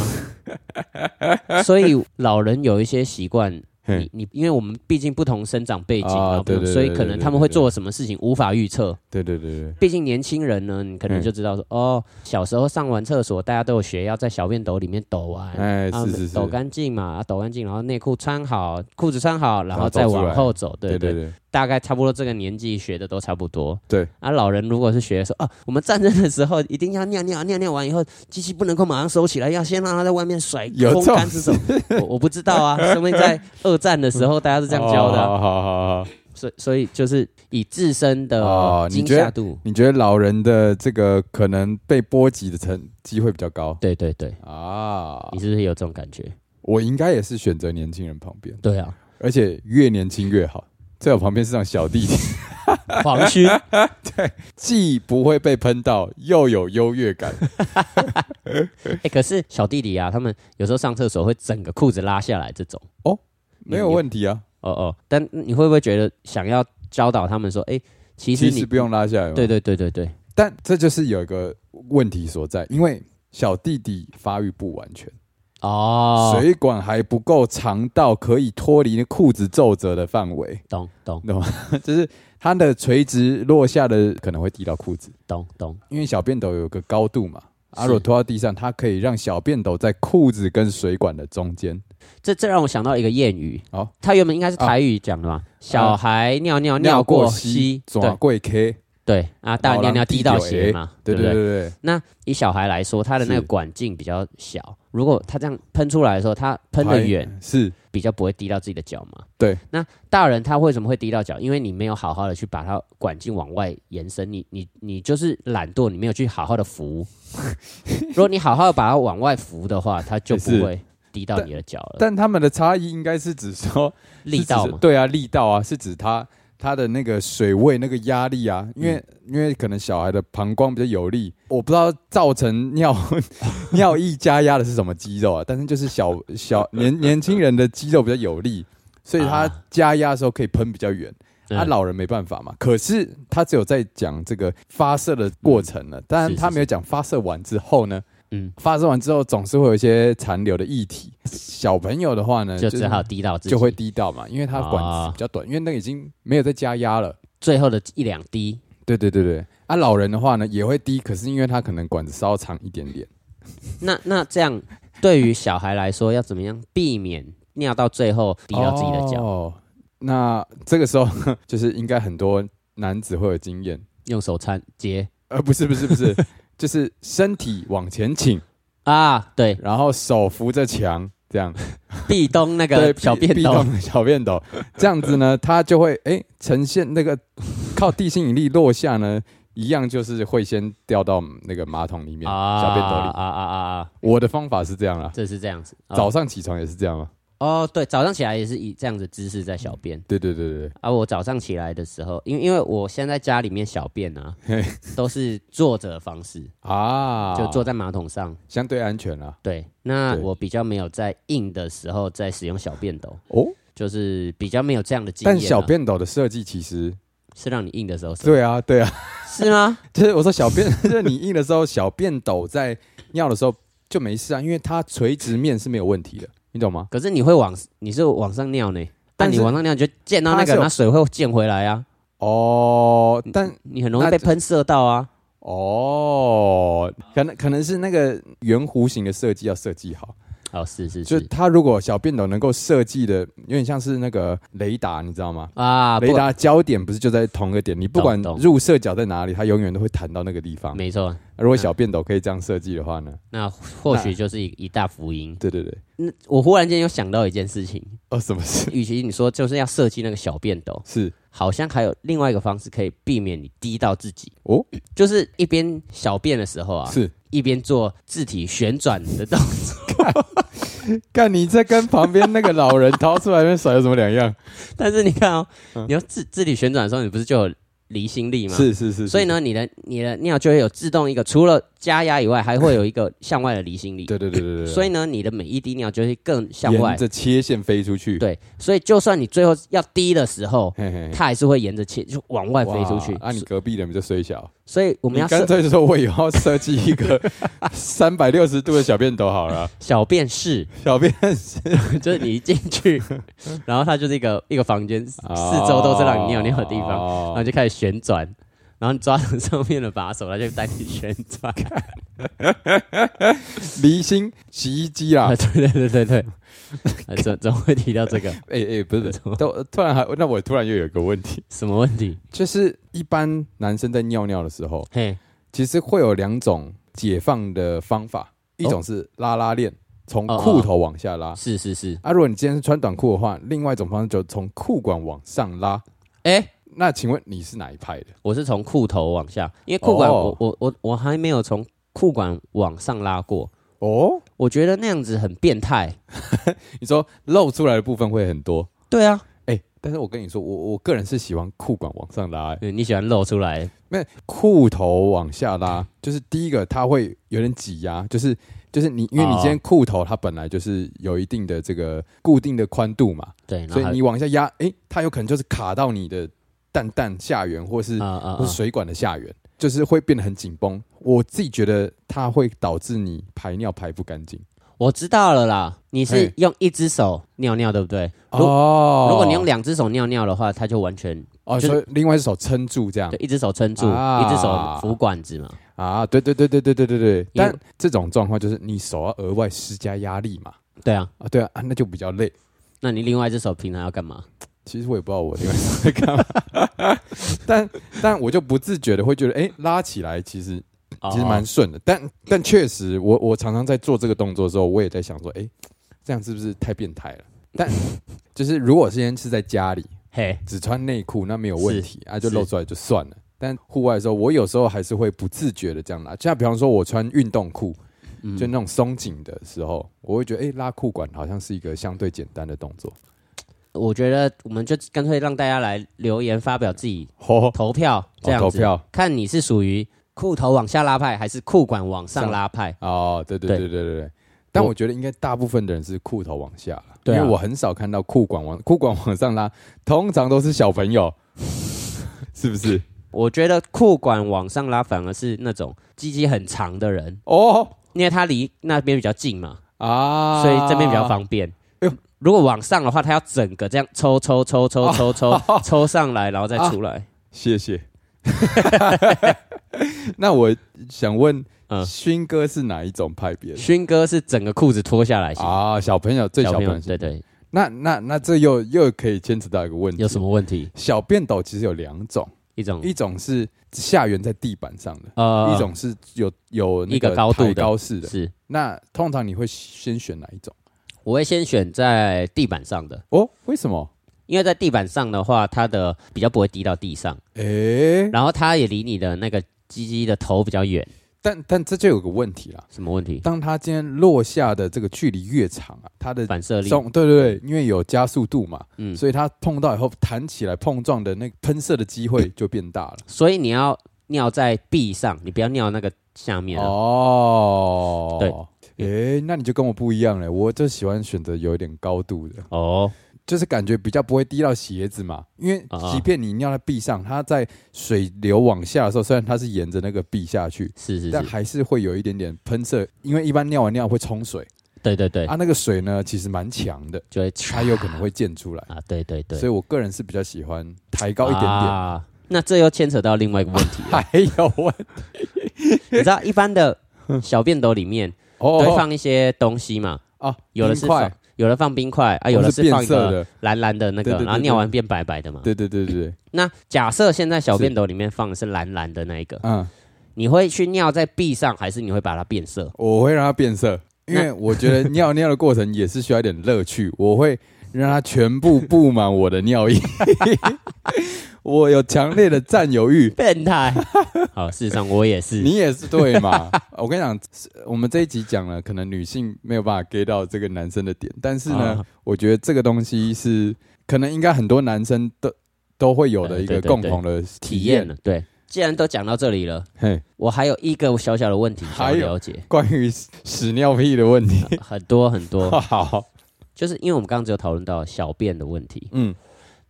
Speaker 1: 所以老人有一些习惯。
Speaker 2: 嘿
Speaker 1: 你你，因为我们毕竟不同生长背景
Speaker 2: 啊
Speaker 1: 啊，不同
Speaker 2: 对对对
Speaker 1: 所以
Speaker 2: 对
Speaker 1: 可
Speaker 2: 对
Speaker 1: 能
Speaker 2: 对
Speaker 1: 他们会
Speaker 2: 对
Speaker 1: 做什么事情无法预测。
Speaker 2: 对对对对，
Speaker 1: 毕竟年轻人呢，你可能
Speaker 2: 嗯
Speaker 1: 就知道说，哦，小时候上完厕所，大家都有学要在小便斗里面抖完，
Speaker 2: 哎，
Speaker 1: 啊
Speaker 2: 是是是，
Speaker 1: 抖干净嘛，啊抖干净，然后内裤穿好，裤子穿好，然
Speaker 2: 后
Speaker 1: 后再
Speaker 2: 走出来
Speaker 1: 往后走，对
Speaker 2: 对
Speaker 1: 对
Speaker 2: 对对，
Speaker 1: 大概差不多这个年纪学的都差不多。
Speaker 2: 对，
Speaker 1: 啊，老人如果是学说，啊，我们站着的时候一定要尿尿，尿尿完以后，机器不能够马上收起来，要先让它在外面甩
Speaker 2: 有
Speaker 1: 风
Speaker 2: 这种
Speaker 1: 干是什 么？我我不知道啊，说不定在二战的时候大家是这样教的啊、
Speaker 2: 哦好好好好，
Speaker 1: 所以所以就是以自身
Speaker 2: 哦
Speaker 1: 的
Speaker 2: 你
Speaker 1: 惊
Speaker 2: 觉得
Speaker 1: 吓度，
Speaker 2: 你觉得老人的这个可能被波及的成机会比较高
Speaker 1: 对对对，
Speaker 2: 啊
Speaker 1: 你？是不是有这种感觉？
Speaker 2: 我应该也是选择年轻人旁边，
Speaker 1: 对啊，
Speaker 2: 而且越年轻越好，在我旁边是让小弟弟，
Speaker 1: 黄区
Speaker 2: 既不会被喷到，又有优越感。
Speaker 1: 哎、可是小弟弟啊，他们有时候上厕所会整个裤子拉下来，这种
Speaker 2: 没有问题啊，
Speaker 1: 哦哦。但你会不会觉得想要教导他们说，哎、其实
Speaker 2: 其
Speaker 1: 你
Speaker 2: 实不用拉下来嘛。
Speaker 1: 对对对对对，
Speaker 2: 但这就是有一个问题所在，因为小弟弟发育不完全，
Speaker 1: 哦，
Speaker 2: 水管还不够长到可以脱离裤子皱褶的范围，
Speaker 1: 懂懂
Speaker 2: 懂吗？就是它的垂直落下的可能会滴到裤子，
Speaker 1: 懂懂，
Speaker 2: 因为小便斗有个高度嘛。阿
Speaker 1: 是
Speaker 2: 果拖到地上，它可以让小便斗在裤子跟水管的中间。
Speaker 1: 这这让我想到一个谚语，
Speaker 2: 好
Speaker 1: 他原本应该是台语讲的嘛，小孩尿尿哦尿过
Speaker 2: 膝
Speaker 1: 膝，，
Speaker 2: 转
Speaker 1: 对
Speaker 2: 过 K，
Speaker 1: 对啊，大人尿尿滴到血嘛，
Speaker 2: 对
Speaker 1: 不
Speaker 2: 对对对，
Speaker 1: 那以小孩来说，他的那个
Speaker 2: 是
Speaker 1: 管径比较小，如果他这样喷出来的时候，他喷
Speaker 2: 还
Speaker 1: 得远，
Speaker 2: 是
Speaker 1: 比较不会滴到自己的脚嘛。
Speaker 2: 对，
Speaker 1: 那大人他为什么会滴到脚？因为你没有好好的去把它管径往外延伸，你你你就是懒惰，你没有去好好的扶。如果你好好的把它往外扶的话，它就不
Speaker 2: 是
Speaker 1: 会滴到你的脚了。
Speaker 2: 但他们的差异应该是指说
Speaker 1: 力道
Speaker 2: 是指
Speaker 1: 嘛，
Speaker 2: 对啊，力道啊，是指它它的那个水位那个压力啊，因为、因为可能小孩的膀胱比较有力，我不知道造成尿 尿液加压的是什么肌肉啊，但是就是小小年年轻人的肌肉比较有力，所以他
Speaker 1: 啊
Speaker 2: 加压的时候可以喷比较远。他、
Speaker 1: 嗯
Speaker 2: 老人没办法嘛，可是他只有在讲这个发射的过程了，当
Speaker 1: 嗯
Speaker 2: 然
Speaker 1: 是是
Speaker 2: 他没有讲发射完之后呢，
Speaker 1: 嗯，
Speaker 2: 发射完之后总是会有一些残留的液体。小朋友的话呢，
Speaker 1: 就是只好滴到自己，
Speaker 2: 就会滴到嘛，因为它管
Speaker 1: 啊
Speaker 2: 子比较短，因为那个已经没有再加压了。
Speaker 1: 最后的一两滴。
Speaker 2: 对对对对，啊，老人的话呢也会滴，可是因为他可能管子稍长一点点，
Speaker 1: 那那这样，对于小孩来说，要怎么样避免尿到最后滴到自己的脚？
Speaker 2: 哦，那这个时候就是应该很多男子会有经验，
Speaker 1: 用手搀接
Speaker 2: 呃，不是不是不 是，就是身体往前倾，
Speaker 1: 啊，对，
Speaker 2: 然后手扶着墙 这样，
Speaker 1: 壁咚那
Speaker 2: 对
Speaker 1: 个，小便
Speaker 2: 壁
Speaker 1: 斗。
Speaker 2: 咚的 小便斗，这样子呢，它就会哎、诶呈现那个靠地心引力落下呢，一样就是会先掉到那个马桶里面，小便斗里
Speaker 1: 啊。啊啊啊啊！
Speaker 2: 我的方法是这样啦，
Speaker 1: 这是这样子。哦
Speaker 2: 早上起床也是这样吗？
Speaker 1: 哦，对，早上起来也是以这样子姿势在小便。
Speaker 2: 对对对对对，
Speaker 1: 啊，我早上起来的时候，因为因为我现在家里面小便啊，都是坐着的方式，
Speaker 2: 啊，
Speaker 1: 就坐在马桶上。
Speaker 2: 相对安全啦。
Speaker 1: 对，那
Speaker 2: 对
Speaker 1: 我比较没有在硬的时候在使用小便斗，
Speaker 2: 哦，
Speaker 1: 就是比较没有这样的经验啊、
Speaker 2: 但小便斗的设计其实
Speaker 1: 是让你硬的时候是
Speaker 2: 对啊对啊，
Speaker 1: 是吗？
Speaker 2: 就是我说小便， 就是你硬的时候，小便斗在尿的时候就没事啊，因为它垂直面是没有问题的，你懂吗？
Speaker 1: 可是你会往你是往上尿呢，但
Speaker 2: 但是
Speaker 1: 你往上尿就溅到那
Speaker 2: 它是
Speaker 1: 个，
Speaker 2: 有
Speaker 1: 那水会溅回来啊，
Speaker 2: 哦，但
Speaker 1: 你很容易
Speaker 2: 那
Speaker 1: 被喷射到啊。
Speaker 2: 哦，可能可能是那个圆弧形的设计要设计好，
Speaker 1: 哦，是是
Speaker 2: 就是它如果小便斗能够设计的有点像是那个雷达，你知道吗？
Speaker 1: 啊，
Speaker 2: 雷
Speaker 1: 不
Speaker 2: 达焦点不是就在同一个点？你不管
Speaker 1: 懂懂
Speaker 2: 入射角在哪里，它永远都会弹到那个地方。
Speaker 1: 没嗯错，
Speaker 2: 如果小便斗可以这样设计的话呢？
Speaker 1: 那或许就是一一大福音。
Speaker 2: 对对对，
Speaker 1: 那我忽然间有想到一件事情，
Speaker 2: 哦，什么事？
Speaker 1: 与其你说就是要设计那个小便斗，
Speaker 2: 是
Speaker 1: 好像还有另外一个方式可以避免你滴到自己，
Speaker 2: 哦，
Speaker 1: 就是一边小便的时候啊，
Speaker 2: 是，
Speaker 1: 一边做字体旋转的动作，
Speaker 2: 看你这跟旁边那个老 人掏出来那边甩有什么两样？
Speaker 1: 但是你看哦
Speaker 2: 嗯，
Speaker 1: 你要字字体旋转的时候，你不是就有离心力嘛，
Speaker 2: 是是是，
Speaker 1: 所以
Speaker 2: 是，
Speaker 1: 呢，你的你的尿就会有自动一个，除了加压以外，还会有一个向外的离心力。
Speaker 2: 对对对对对对，
Speaker 1: 所以呢，你的每一滴尿就会更向外
Speaker 2: 沿。着切线飞出去，
Speaker 1: 对，所以就算你最后要滴的时候，
Speaker 2: 嘿，嘿嘿
Speaker 1: 它还是会沿着切就往外飞出去
Speaker 2: 哇。啊，你隔壁的比较衰小，
Speaker 1: 所以我
Speaker 2: 我
Speaker 1: 们要
Speaker 2: 干
Speaker 1: 设
Speaker 2: 脆就说我以后设计一 个三百六十度的小便斗好了，
Speaker 1: 小便 室，
Speaker 2: 小便是
Speaker 1: 就是你一进 去，然后它就是一个一个房间，四
Speaker 2: 哦
Speaker 1: 周都是让你尿尿的地方。啊然后
Speaker 2: 方
Speaker 1: 就开始旋转，然后你抓着上面的把手，它就带你旋转。
Speaker 2: 离心洗衣机啦
Speaker 1: 啊，，对对对对 对，啊怎怎么会提到这个？
Speaker 2: 哎哎，不是
Speaker 1: 怎么，
Speaker 2: 都突然还，那我突然又有一个问题，
Speaker 1: 什么问题？
Speaker 2: 就是一般男生在尿尿的时候，
Speaker 1: 嘿，
Speaker 2: 其实会有两种解放的方法，一种是拉拉链，从
Speaker 1: 哦
Speaker 2: 裤头往下拉。
Speaker 1: 是是是，
Speaker 2: 啊，如果你今天是穿短裤的话，另外一种方式就从裤管往上拉。
Speaker 1: 哎、
Speaker 2: 那请问你是哪一派的？
Speaker 1: 我是从裤头往下，因为裤管我、
Speaker 2: 哦
Speaker 1: 我我我还没有从裤管往上拉过，
Speaker 2: 哦，
Speaker 1: 我觉得那样子很变态。
Speaker 2: 你说露出来的部分会很多，
Speaker 1: 对啊，
Speaker 2: 哎、但是我跟你说，我我个人是喜欢裤管往上拉、哎
Speaker 1: 嗯你喜欢露出来，
Speaker 2: 没有裤头往 下拉，就是第一个它会有点挤压，就是就是你因为你今天裤头它本来就是有一定的这个固定的宽度嘛，
Speaker 1: 对，然后
Speaker 2: 所以
Speaker 1: 哦还
Speaker 2: 你往下压，哎、它有可能就是卡到你的蛋蛋下缘，或是、
Speaker 1: 啊啊
Speaker 2: 或
Speaker 1: 啊
Speaker 2: 是，水管的下缘，就是会变得很紧绷。我自己觉得它会导致你排尿排不干净。
Speaker 1: 我知道了啦，你是
Speaker 2: 嘿
Speaker 1: 用一只手尿尿对不对？如
Speaker 2: 哦
Speaker 1: 如果你用两只手尿尿的话，它就完全
Speaker 2: 哦，
Speaker 1: 就是
Speaker 2: 所以另外一只手撑住这样
Speaker 1: 就一只手撑住，
Speaker 2: 啊
Speaker 1: 一只手扶管子嘛。
Speaker 2: 啊，对对对对对对对对。
Speaker 1: 因为
Speaker 2: 但这种状况就是你手要额外施加压力嘛。
Speaker 1: 对啊，
Speaker 2: 啊，对啊，啊那就比较累。
Speaker 1: 那你另外一只手平常要干嘛？
Speaker 2: 其实我也不知道我另外一只手在干嘛， 但但我就不自觉的会觉得，哎、拉起来其实其实蛮
Speaker 1: 哦
Speaker 2: 顺的。但但确实我，我常常在做这个动作的时候，我也在想说，哎、这样是不是太变态了？但就是如果今天是在家里
Speaker 1: 嘿，
Speaker 2: 只穿内裤，那没有问题啊，就是露出来就算了。但户外的时候，我有时候还是会不自觉的这样拉。就像比方说，我穿运动裤，
Speaker 1: 嗯
Speaker 2: 就那种松紧的时候，我会觉得，哎、拉裤管好像是一个相对简单的动作。
Speaker 1: 我觉得我们就干脆让大家来留言发表自己
Speaker 2: 哦，
Speaker 1: 投票，这样子、
Speaker 2: 投票
Speaker 1: 看你是属于裤头往下拉派还是裤管往上拉派。
Speaker 2: 哦，对对
Speaker 1: 对
Speaker 2: 对对对对。但
Speaker 1: 我
Speaker 2: 我觉得应该大部分的人是裤头往下啦，
Speaker 1: 对啊
Speaker 2: 因为我很少看到裤管往裤管往上拉，通常都是小朋友， 是不是？
Speaker 1: 我觉得裤管往上拉反而是那种鸡鸡很长的人，
Speaker 2: 哦
Speaker 1: 因为他离那边比较近嘛，
Speaker 2: 啊，
Speaker 1: 所以这边比较方便。
Speaker 2: 哎呦
Speaker 1: 如果往上的话，他要整个这样抽抽抽抽抽抽
Speaker 2: 啊
Speaker 1: 抽上来，然后再出 来。
Speaker 2: 谢谢。那我想问，
Speaker 1: 嗯
Speaker 2: 勋哥是哪一种派别的？
Speaker 1: 勋哥是整个裤子脱下来型，
Speaker 2: 啊，小朋友最小
Speaker 1: 小
Speaker 2: 朋
Speaker 1: 朋
Speaker 2: 友
Speaker 1: 友对对，
Speaker 2: 那那那这又又可以牵扯到一个问题，
Speaker 1: 有什么嗯问题？
Speaker 2: 小便斗其实有两种，
Speaker 1: 一种
Speaker 2: 一种是下缘在地板上的，
Speaker 1: 呃
Speaker 2: 一种是有有那
Speaker 1: 一个高度的
Speaker 2: 抬高式的，
Speaker 1: 是，
Speaker 2: 那通常你会先选哪一种？
Speaker 1: 我会先选在地板上的，
Speaker 2: 哦，为什么？
Speaker 1: 因为在地板上的话，它的比较不会滴到地上，
Speaker 2: 诶，
Speaker 1: 然后它也离你的那个鸡鸡的头比较远。
Speaker 2: 但但这就有个问题啦。
Speaker 1: 什么问题？
Speaker 2: 当它今天落下的这个距离越长啊，它的
Speaker 1: 反射力。
Speaker 2: 重对对对，因为有加速度嘛，
Speaker 1: 嗯，
Speaker 2: 所以它碰到以后弹起来碰撞的那个喷射的机会就变大了。
Speaker 1: 所以你要尿在壁上，你不要尿那个下面啊。
Speaker 2: 哦，
Speaker 1: 对，
Speaker 2: 诶，那你就跟我不一样嘞，我就喜欢选择有一点高度的，
Speaker 1: 哦，
Speaker 2: 就是感觉比较不会滴到鞋子嘛，因为
Speaker 1: 啊
Speaker 2: 即便你尿在壁上，它在水流往下的时候，虽然它是沿着那个壁下去，
Speaker 1: 是是
Speaker 2: 但
Speaker 1: 是，
Speaker 2: 还是会有一点点喷射，因为一般尿完尿会冲水，
Speaker 1: 对对对
Speaker 2: 啊，，那个水呢其实蛮强的，
Speaker 1: 就会
Speaker 2: 它有可能会溅出来，
Speaker 1: 啊，对对对，
Speaker 2: 所以我个人是比较喜欢抬高一点点。
Speaker 1: 啊那这又牵扯到另外一个问 题了，
Speaker 2: 还有问
Speaker 1: 你知道一般的小便斗里面都会
Speaker 2: 哦
Speaker 1: 放一些东西嘛？
Speaker 2: 啊，
Speaker 1: 有的是
Speaker 2: 冰
Speaker 1: 放
Speaker 2: 块，
Speaker 1: 有的放冰块啊，有
Speaker 2: 或
Speaker 1: 的
Speaker 2: 是
Speaker 1: 是
Speaker 2: 变
Speaker 1: 放一
Speaker 2: 色
Speaker 1: 个
Speaker 2: 的，
Speaker 1: 蓝蓝的那
Speaker 2: 对
Speaker 1: 个，
Speaker 2: 对对
Speaker 1: 然后尿完变白白的嘛。
Speaker 2: 对对对 对对，
Speaker 1: 那假设现在小便斗里面放的是蓝蓝的那一个，
Speaker 2: 嗯，
Speaker 1: 你会去尿在壁上，还是你会把它变色？
Speaker 2: 我会让它变色，因为我觉得尿尿的过程也是需要一点乐趣， 我会让它全部布满我的尿液， 我有强烈的占有欲，
Speaker 1: 变 态！好，事实上我也是。
Speaker 2: 你也是对 嘛？我跟你讲，是我们这一集讲了，可能女性没有办法 get 到这个男生的点，但是呢，
Speaker 1: 啊
Speaker 2: 我觉得这个东西是可能应该很多男生都都会有的一
Speaker 1: 对
Speaker 2: 个
Speaker 1: 对
Speaker 2: 共同的
Speaker 1: 体
Speaker 2: 体
Speaker 1: 验
Speaker 2: 验。
Speaker 1: 了。对，既然都讲到这里了，
Speaker 2: 嘿，
Speaker 1: 我还有一个小小的问题想
Speaker 2: 还有
Speaker 1: 要了解，
Speaker 2: 关于屎尿屁的问题，
Speaker 1: 很多很多，
Speaker 2: 好，
Speaker 1: 就是因为我们刚刚只有讨论到小便的问题，
Speaker 2: 嗯，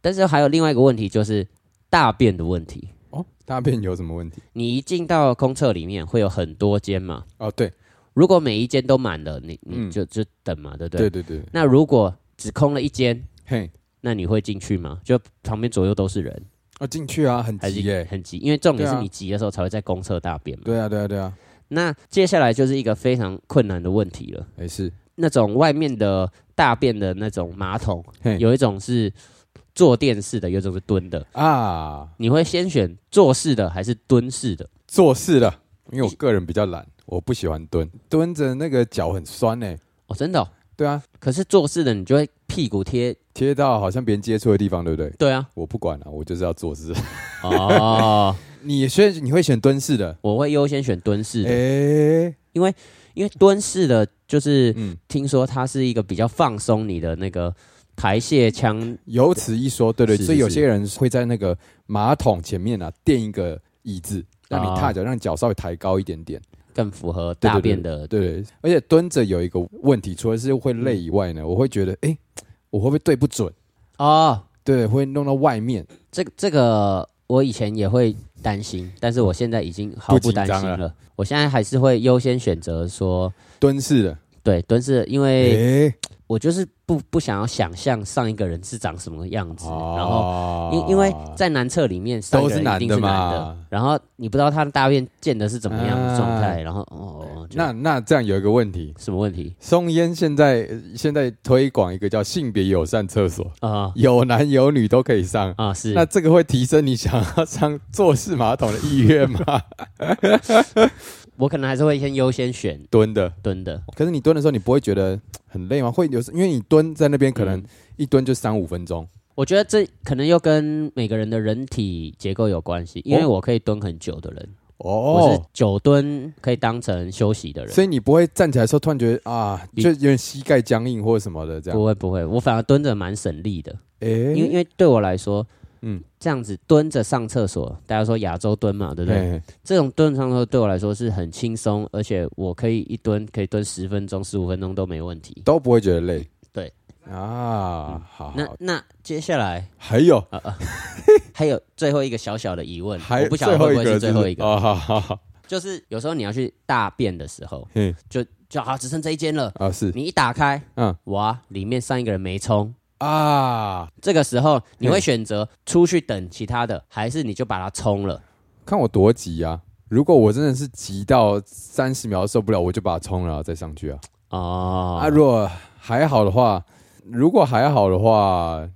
Speaker 1: 但是还有另外一个问题就是大便的问题。
Speaker 2: 哦，大便有什么问题？
Speaker 1: 你一进到公厕里面会有很多间嘛，
Speaker 2: 哦，对，
Speaker 1: 如果每一间都满了，你你
Speaker 2: 嗯
Speaker 1: 就、就等嘛，对不对？
Speaker 2: 对对对，对
Speaker 1: 那如果只空了一间，
Speaker 2: 嘿，
Speaker 1: 那你会进去吗？就旁边左右都是人，
Speaker 2: 哦，进去啊，很
Speaker 1: 还
Speaker 2: 急
Speaker 1: 是
Speaker 2: 耶。
Speaker 1: 很急？因为重点是
Speaker 2: 对啊
Speaker 1: 你急的时候才会在公厕大便嘛。
Speaker 2: 对啊，对啊，对啊，
Speaker 1: 那接下来就是一个非常困难的问题了。
Speaker 2: 没事。
Speaker 1: 那种外面的大便的那种马桶，
Speaker 2: 嘿，
Speaker 1: 有一种是坐垫式的，有一种是蹲的。
Speaker 2: 啊，
Speaker 1: 你会先选坐式的还是蹲式的？
Speaker 2: 做事了，因为我个人比较懒，我不喜欢蹲，蹲着那个脚很酸欸呢。
Speaker 1: 哦，真的哦、
Speaker 2: 对啊，
Speaker 1: 可是坐式的你就会屁股贴，
Speaker 2: 贴到好像别人接触的地方，对不对？
Speaker 1: 对啊，
Speaker 2: 我不管了、我就是要做事。
Speaker 1: 哦，
Speaker 2: 你选你会选蹲式的？
Speaker 1: 我会优先选蹲式的，
Speaker 2: 哎、
Speaker 1: 因为蹲式的就是
Speaker 2: 嗯，
Speaker 1: 听说它是一个比较放松你的那个排泄腔，
Speaker 2: 有此一说，对对，
Speaker 1: 是是
Speaker 2: 所以有
Speaker 1: 是
Speaker 2: 些人会在那个马桶前面啊垫一个椅子，让你
Speaker 1: 啊
Speaker 2: 踏脚，让脚稍微抬高一点点。
Speaker 1: 更符合
Speaker 2: 对对
Speaker 1: 大
Speaker 2: 对
Speaker 1: 便的
Speaker 2: 对对，而且蹲着有一个问题，除了是会累以外
Speaker 1: 嗯
Speaker 2: 呢，我会觉得，哎、我会不会对不准？
Speaker 1: 哦。
Speaker 2: 对，会弄到外面。
Speaker 1: 这个这个我以前也会担心，但是我现在已经毫不担
Speaker 2: 不紧
Speaker 1: 心
Speaker 2: 张
Speaker 1: 了。我现在还是会优先选择说，
Speaker 2: 蹲式的，
Speaker 1: 对蹲式，因
Speaker 2: 哎、
Speaker 1: 为我就是不不想要想象上一个人是长什么样子，
Speaker 2: 哦啊
Speaker 1: 然后。
Speaker 2: 后
Speaker 1: 因因为在男厕里面上一个人一定是
Speaker 2: 都是男
Speaker 1: 男
Speaker 2: 的
Speaker 1: 的
Speaker 2: 嘛，
Speaker 1: 然后你不知道他的大便溅的是怎么样的状态，
Speaker 2: 啊
Speaker 1: 然后哦，就
Speaker 2: 那那这样有一个问题，
Speaker 1: 什么问题
Speaker 2: 松烟现在现在推广一个叫性别友善厕所，
Speaker 1: 啊
Speaker 2: 有男有女都可以上。
Speaker 1: 啊是
Speaker 2: 那这个会提升你想要上坐式马桶的意 愿吗？
Speaker 1: 我可能还是会先优先选
Speaker 2: 蹲的，
Speaker 1: 蹲的，
Speaker 2: 可是你蹲的时候，你不会觉得很累吗？会有时，因为你蹲在那边，可能
Speaker 1: 嗯
Speaker 2: 一蹲就三五分钟。
Speaker 1: 我觉得这可能又跟每个人的人体结构有关系，因为
Speaker 2: 哦
Speaker 1: 我可以蹲很久的人，我是
Speaker 2: 哦，
Speaker 1: 久蹲可以当成休息的人，
Speaker 2: 所以你不会站起来的时候突然觉得啊，
Speaker 1: 你
Speaker 2: 就有点膝盖僵硬或者什么的这样
Speaker 1: 不。会不会，我反而蹲着蛮省力的，
Speaker 2: 诶
Speaker 1: 因为因为对我来说，嗯
Speaker 2: 嗯，
Speaker 1: 这样子蹲着上厕所，大家说亚洲蹲嘛，对不对？
Speaker 2: 嘿
Speaker 1: 这种蹲着上厕所对我来说是很轻松，而且我可以一蹲可以蹲十分钟、十五分钟都没问题。
Speaker 2: 都不会觉得累。
Speaker 1: 对
Speaker 2: 啊，好好
Speaker 1: 那那接下来
Speaker 2: 还有
Speaker 1: 还有最后一个小小的疑问，
Speaker 2: 还
Speaker 1: 我不晓得会不会是最后一个，
Speaker 2: 啊，好好好
Speaker 1: 就是有时候你要去大便的时候
Speaker 2: 嗯，
Speaker 1: 就就好只剩这一间了，
Speaker 2: 啊是
Speaker 1: 你一打开，嗯
Speaker 2: 嗯，
Speaker 1: 哇，里面上一个人没冲，
Speaker 2: 啊，
Speaker 1: 这个时候你会
Speaker 2: 嗯
Speaker 1: 选择出去等其他的，还是你就把它冲了？
Speaker 2: 看我多急啊！如果我真的是急到三十秒受不了，我就把它冲了再上去啊。
Speaker 1: 哦，
Speaker 2: 啊，如果还好的话，如果还好的话，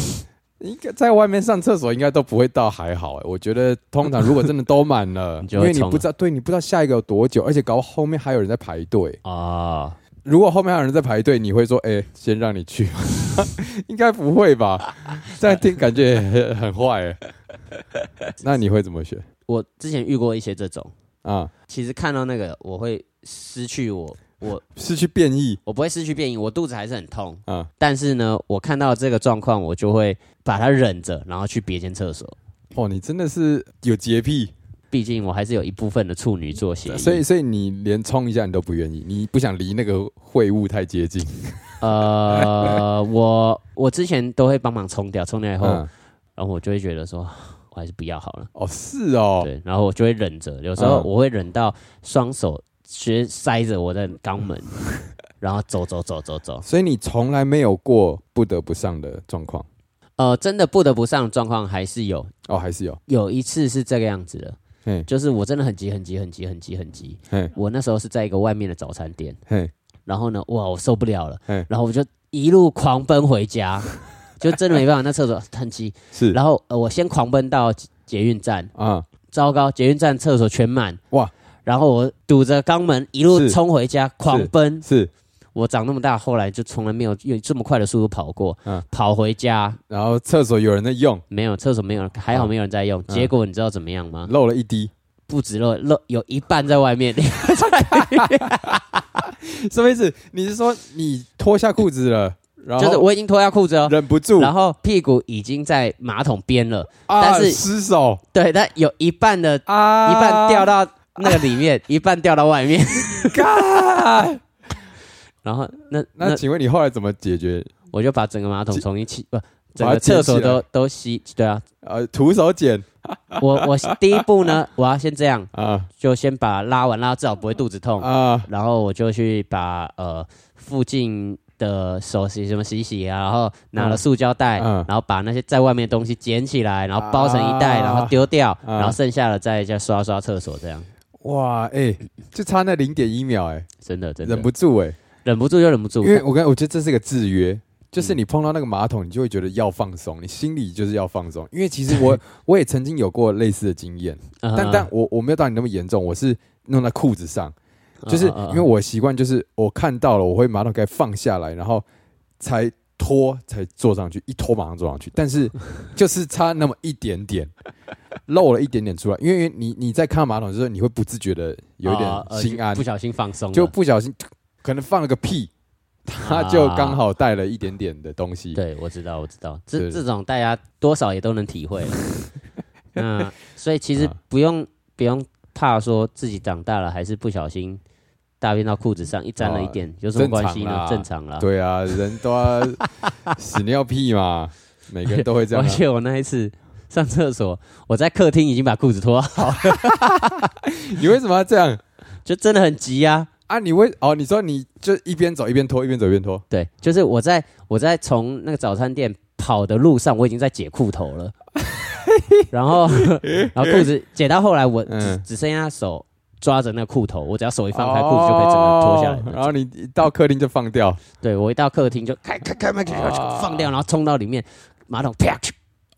Speaker 2: 应该在外面上厕所应该都不会到还好、欸。我觉得通常如果真的都满 了
Speaker 1: 你，就
Speaker 2: 因
Speaker 1: 会
Speaker 2: 为你
Speaker 1: 冲
Speaker 2: 不知道，对你不知道下一个有多久，而且搞不好后面还有人在排队。
Speaker 1: 哦，
Speaker 2: 如果后面还有人在排队，你会说：“哎、先让你去吗？” 应该不 会吧？这样听感觉很很坏、欸。那你会怎么选
Speaker 1: 我之前遇过一些这种，
Speaker 2: 啊？
Speaker 1: 其实看到那个我会失去我我
Speaker 2: 是去变异
Speaker 1: 我不会失去变异，我肚子还是很痛，
Speaker 2: 啊？
Speaker 1: 但是呢，我看到这个状况，我就会把它忍着，然后去别间厕所。
Speaker 2: 哦，你真的是有洁癖，
Speaker 1: 毕竟我还是有一部分的处女座血，
Speaker 2: 所以所以你连冲一下你都不愿意，你不想离那个秽物太接近。
Speaker 1: 呃，我我之前都会帮忙冲掉，冲掉以后，
Speaker 2: 嗯，
Speaker 1: 然后我就会觉得说，我还是不要好了。
Speaker 2: 哦，是哦，
Speaker 1: 对，然后我就会忍着，有时候
Speaker 2: 嗯
Speaker 1: 我会忍到双手直接塞着我的肛 门，然后走走走走走。
Speaker 2: 所以你从来没有过不得不上的状况
Speaker 1: 呃，真的不得不上的状况还是有，
Speaker 2: 哦，还是有，
Speaker 1: 有一次是这个样子的，
Speaker 2: 嘿，
Speaker 1: 就是我真的很急很急很急很急很急，
Speaker 2: 嘿，
Speaker 1: 我那时候是在一个外面的早餐店，
Speaker 2: 嘿，
Speaker 1: 然后呢，哇，我受不了了
Speaker 2: 嗯，
Speaker 1: 然后我就一路狂奔回家， 就真的没办法，那厕所很急，
Speaker 2: 是
Speaker 1: 然后呃，我先狂奔到捷捷运站，
Speaker 2: 啊，
Speaker 1: 糟糕，捷运站厕所全满哇
Speaker 2: 哇！
Speaker 1: 然后我堵着肛门一路
Speaker 2: 是
Speaker 1: 冲回家，狂奔。
Speaker 2: 是，
Speaker 1: 我长那么大，后来就从来没有用这么快的速度跑过。
Speaker 2: 嗯
Speaker 1: 跑回家
Speaker 2: 然后厕所有人在用，
Speaker 1: 没有厕所没有人，还好
Speaker 2: 嗯
Speaker 1: 没有人在用。
Speaker 2: 嗯
Speaker 1: 结果你知道怎么样吗？
Speaker 2: 漏了一滴，
Speaker 1: 不止漏漏有一半在外面，
Speaker 2: 什么意思？你是说你脱下裤子了，然
Speaker 1: 就是
Speaker 2: 后
Speaker 1: 我已经脱下裤子了，
Speaker 2: 忍不住，
Speaker 1: 然后屁股已经在马桶边了，
Speaker 2: 啊
Speaker 1: 但是
Speaker 2: 失手
Speaker 1: 对，但有一半的
Speaker 2: 啊，
Speaker 1: 一半掉到那个里 面，一半掉到外面。
Speaker 2: 干。
Speaker 1: 然后那
Speaker 2: 那
Speaker 1: 那
Speaker 2: 请问你后来怎么解决？
Speaker 1: 我就把整个马桶重新吸，不，整
Speaker 2: 把它
Speaker 1: 个
Speaker 2: 捡
Speaker 1: 厕
Speaker 2: 起
Speaker 1: 所
Speaker 2: 来
Speaker 1: 都都吸。对啊，
Speaker 2: 呃，徒手捡
Speaker 1: 我我第一步呢，我要先这样，
Speaker 2: 啊
Speaker 1: 就先把拉完拉，至少不会肚子痛。
Speaker 2: 啊
Speaker 1: 然后我就去把呃附近的手洗什么洗洗啊，然后拿了塑胶袋，
Speaker 2: 嗯嗯
Speaker 1: 然后把那些在外面的东西捡起来，然后包成一袋，
Speaker 2: 啊
Speaker 1: 然后丢掉，
Speaker 2: 啊
Speaker 1: 然后剩下的再再刷刷厕所，这样
Speaker 2: 哇，哎，就差那零点一秒，哎，
Speaker 1: 真的真的
Speaker 2: 忍不住哎，
Speaker 1: 忍不住就忍不住
Speaker 2: 因，为我刚我觉得这是一个制约，就是你碰到那个马桶，你就会觉得要放松，你心里就是要放松。因为其实我我也曾经有过类似的经验，
Speaker 1: 但
Speaker 2: 但但我我没有到你那么严重，我是弄在裤子上，
Speaker 1: 嗯啊
Speaker 2: 就是因为我习惯就是我看到了，我会马桶盖放下来，然后才拖才坐上去，一拖马上坐上去，但是就是差那么一点点，漏了一点点出来，因为你你在看到马桶的时候，你会不自觉的有一
Speaker 1: 啊
Speaker 2: 点
Speaker 1: 呃
Speaker 2: 心安
Speaker 1: 哦不，小心放松了，
Speaker 2: 就不小心可能放了个屁，他
Speaker 1: 啊
Speaker 2: 就刚好带了一点点的东西。
Speaker 1: 对，啊我知道，我知道，这
Speaker 2: 对
Speaker 1: 这种大家多少也都能体 会了。那所以其实
Speaker 2: 啊
Speaker 1: 不用不用怕说自己长大了还是不小心大便到裤子上一沾了一点，有什么关系呢？正
Speaker 2: 啊正
Speaker 1: 常啦。
Speaker 2: 对啊，人都要屎尿 屁嘛，每个人都会这样
Speaker 1: 而
Speaker 2: 啊。
Speaker 1: 且我那一次上厕所，我在客厅已经把裤子脱好，
Speaker 2: 你为什么要这样
Speaker 1: 就真的很急啊。
Speaker 2: 啊？你为哦，你说你就一边走一边拖，一边走一边拖
Speaker 1: 对，就是我在我在从那个早餐店跑的路上，我已经在解裤头了，然 后然后裤子解到后来，我只、
Speaker 2: 嗯
Speaker 1: 只剩下手抓着那个裤头，我只要手一放开，裤子就可以整个脱下来
Speaker 2: 哦
Speaker 1: 了。
Speaker 2: 然后你一到客厅就放掉，
Speaker 1: 对我一到客厅就开开开门，开
Speaker 2: 啊
Speaker 1: 放掉，然后冲到里面马桶 啪。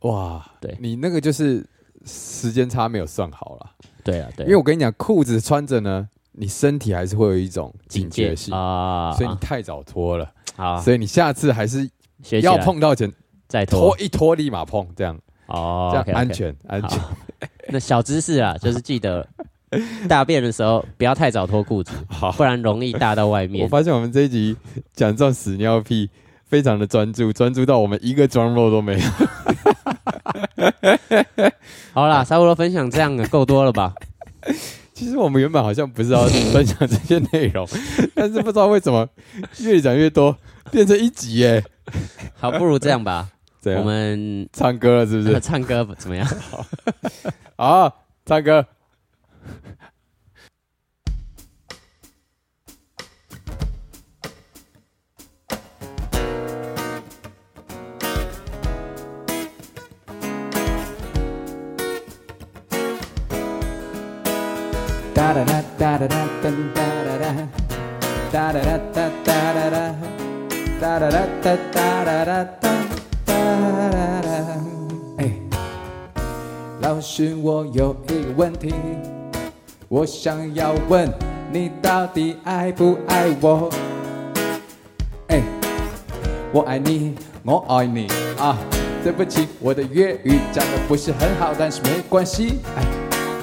Speaker 2: 哇，
Speaker 1: 对
Speaker 2: 你那个就是时间差没有算好了。
Speaker 1: 对啊，对，
Speaker 2: 因为我跟你讲，裤子穿着呢，你身体还是会有一种警觉性，
Speaker 1: 啊，
Speaker 2: 所以你太早脱了，
Speaker 1: 好
Speaker 2: 所以你下次还是
Speaker 1: 学啊起
Speaker 2: 要
Speaker 1: 来
Speaker 2: 碰到前
Speaker 1: 再脱
Speaker 2: 脱一脱立马碰，这样
Speaker 1: 哦
Speaker 2: 这，样
Speaker 1: OK，OK
Speaker 2: 安。全安全。
Speaker 1: 那小知识啊，就是记 得大便的时候不要太早脱裤子，
Speaker 2: 好，
Speaker 1: 不然容易大到 外
Speaker 2: 我
Speaker 1: 面。
Speaker 2: 发现我们这一集讲这种屎尿屁，非常的专注，专注到我们一个 drum roll 都没有。
Speaker 1: 好啦，差不多分享这样的够多了吧？
Speaker 2: 其实我们原本好像不是要分享这些内容， 但是不知道为什么越讲越多，变成一集耶。
Speaker 1: 好，不如这样吧，
Speaker 2: 怎
Speaker 1: 我
Speaker 2: 样？
Speaker 1: 们呃
Speaker 2: 唱歌啊了 是不是？
Speaker 1: 唱歌怎么样？
Speaker 2: 好，唱歌。
Speaker 3: da da da da da da dun, da da da da da da da da da da da da da da da da da da da 哎，老师，我有一个问题，我想要问你到底爱不爱我？哎，我爱你，我爱你啊！对不起，我的粤语讲的不是很好，但是没关系。哎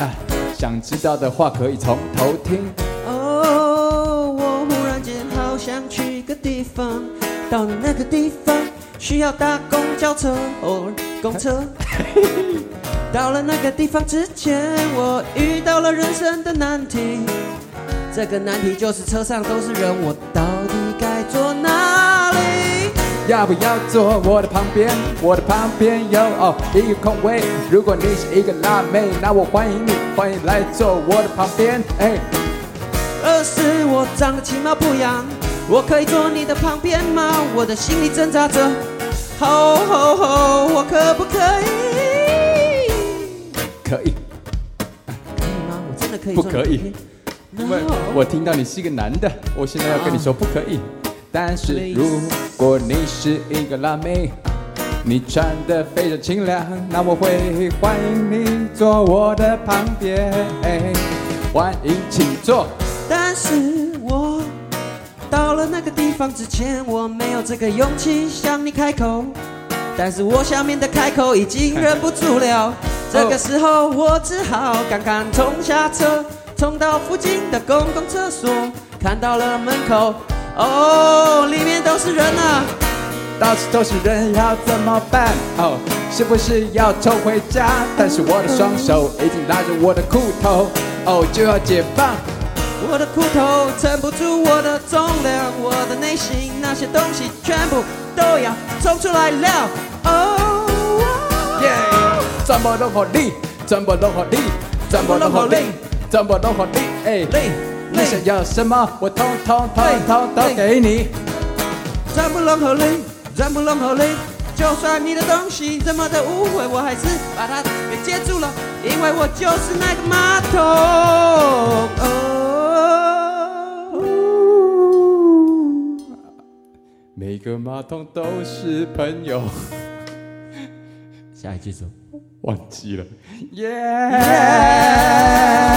Speaker 3: 啊，想知道的话可以从头听。
Speaker 4: 哦，我忽然间好想去个地方，到了那个地方需要搭公交车
Speaker 3: Oh，
Speaker 4: 哦，公车。到了那个地方之前，我遇到了人生的难题，这个难题就是车上都是人，我到底该坐哪里？
Speaker 3: 要不要坐我的旁边？我的旁边有哦一个空位。如果你是一个辣妹，那我欢迎你，欢迎来坐我的旁边。哎，
Speaker 4: 二是我长得其貌不扬，我可以坐你的旁边吗？我的心里挣扎着，吼吼吼，我可不可以？
Speaker 3: 可以，
Speaker 4: 可以吗？我真的可以
Speaker 3: 不
Speaker 4: 坐你
Speaker 3: 可
Speaker 4: 旁边？
Speaker 3: 以？
Speaker 4: No？
Speaker 3: 因为我听到你是一个男的，我现在要跟你说不可以。但是
Speaker 4: Please
Speaker 3: 如果你是一个辣妹，你穿的非常清凉，那我会欢迎你坐我的旁边。哎，欢迎，请坐。
Speaker 4: 但是我到了那个地方之前，我没有这个勇气向你开口。但是我下面的开口已经忍不住了，这个时候我只好赶赶冲下车，冲到附近的公共厕所，看到了门口，哦，里面都是人啊！
Speaker 2: 到处都是人，要怎么办？哦，是不是要冲回家？但是我的双手已经拉着我的裤头，哦，就要解放。
Speaker 4: 我的裤头撑不住我的重量，我的内心那些东西全部都要冲出来了。哦，
Speaker 2: 耶！全部拢给你，全部拢给你，全部拢给你，全部拢给你，哎，
Speaker 4: 累
Speaker 2: 你想
Speaker 4: 累，
Speaker 2: 要什么，我通通通通都给你。
Speaker 4: 全部拢好累，全部拢好累。就算你的东西这么的污秽，我还是把它给接住了，因为我就是那个马桶。Oh，哦，
Speaker 5: 每个马桶都是朋友，
Speaker 1: 下一句是什么
Speaker 5: 忘记了。
Speaker 4: 哎
Speaker 2: 耶！